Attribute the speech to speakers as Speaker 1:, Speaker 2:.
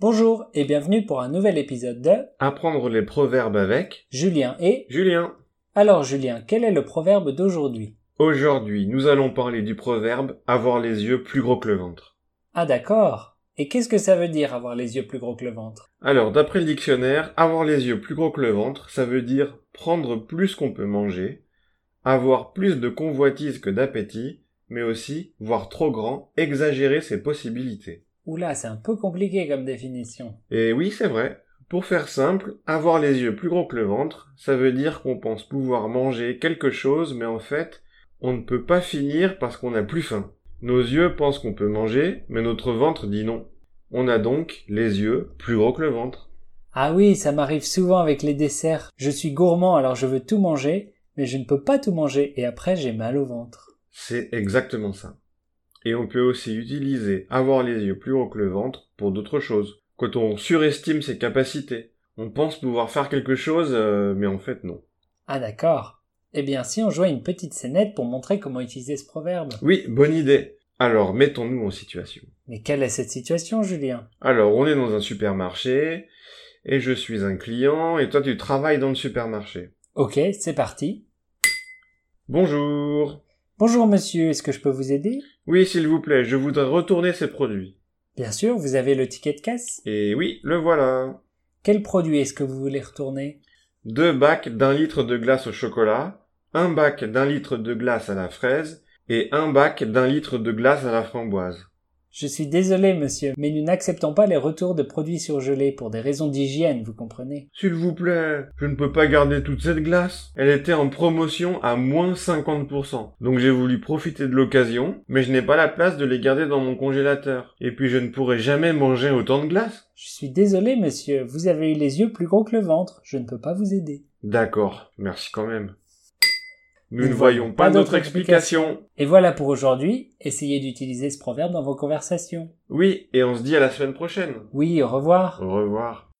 Speaker 1: Bonjour et bienvenue pour un nouvel épisode de
Speaker 2: Apprendre les proverbes avec
Speaker 1: Julien et...
Speaker 2: Julien.
Speaker 1: Alors Julien, quel est le proverbe d'aujourd'hui
Speaker 2: Aujourd'hui, nous allons parler du proverbe avoir les yeux plus gros que le ventre.
Speaker 1: Ah d'accord Et qu'est-ce que ça veut dire avoir les yeux plus gros que le ventre
Speaker 2: Alors, d'après le dictionnaire, avoir les yeux plus gros que le ventre, ça veut dire prendre plus qu'on peut manger, avoir plus de convoitise que d'appétit, mais aussi voir trop grand, exagérer ses possibilités.
Speaker 1: Oula, c'est un peu compliqué comme définition.
Speaker 2: Et oui, c'est vrai. Pour faire simple, avoir les yeux plus gros que le ventre, ça veut dire qu'on pense pouvoir manger quelque chose, mais en fait, on ne peut pas finir parce qu'on n'a plus faim. Nos yeux pensent qu'on peut manger, mais notre ventre dit non. On a donc les yeux plus gros que le ventre.
Speaker 1: Ah oui, ça m'arrive souvent avec les desserts. Je suis gourmand alors je veux tout manger, mais je ne peux pas tout manger et après j'ai mal au ventre.
Speaker 2: C'est exactement ça. Et on peut aussi utiliser avoir les yeux plus gros que le ventre pour d'autres choses. Quand on surestime ses capacités, on pense pouvoir faire quelque chose, euh, mais en fait non.
Speaker 1: Ah d'accord. Eh bien si on jouait une petite scénette pour montrer comment utiliser ce proverbe.
Speaker 2: Oui, bonne idée. Alors mettons-nous en situation.
Speaker 1: Mais quelle est cette situation, Julien
Speaker 2: Alors on est dans un supermarché, et je suis un client, et toi tu travailles dans le supermarché.
Speaker 1: Ok, c'est parti.
Speaker 2: Bonjour.
Speaker 1: Bonjour monsieur, est-ce que je peux vous aider
Speaker 2: Oui, s'il vous plaît, je voudrais retourner ces produits.
Speaker 1: Bien sûr, vous avez le ticket de caisse.
Speaker 2: Et oui, le voilà.
Speaker 1: Quel produit est-ce que vous voulez retourner
Speaker 2: Deux bacs d'un litre de glace au chocolat, un bac d'un litre de glace à la fraise, et un bac d'un litre de glace à la framboise.
Speaker 1: Je suis désolé monsieur, mais nous n'acceptons pas les retours de produits surgelés pour des raisons d'hygiène, vous comprenez
Speaker 2: S'il vous plaît, je ne peux pas garder toute cette glace. Elle était en promotion à moins 50%. Donc j'ai voulu profiter de l'occasion, mais je n'ai pas la place de les garder dans mon congélateur. Et puis je ne pourrai jamais manger autant de glace.
Speaker 1: Je suis désolé monsieur, vous avez eu les yeux plus gros que le ventre, je ne peux pas vous aider.
Speaker 2: D'accord, merci quand même. Nous ne voyons pas d'autre explication.
Speaker 1: Et voilà pour aujourd'hui, essayez d'utiliser ce proverbe dans vos conversations.
Speaker 2: Oui, et on se dit à la semaine prochaine.
Speaker 1: Oui, au revoir.
Speaker 2: Au revoir.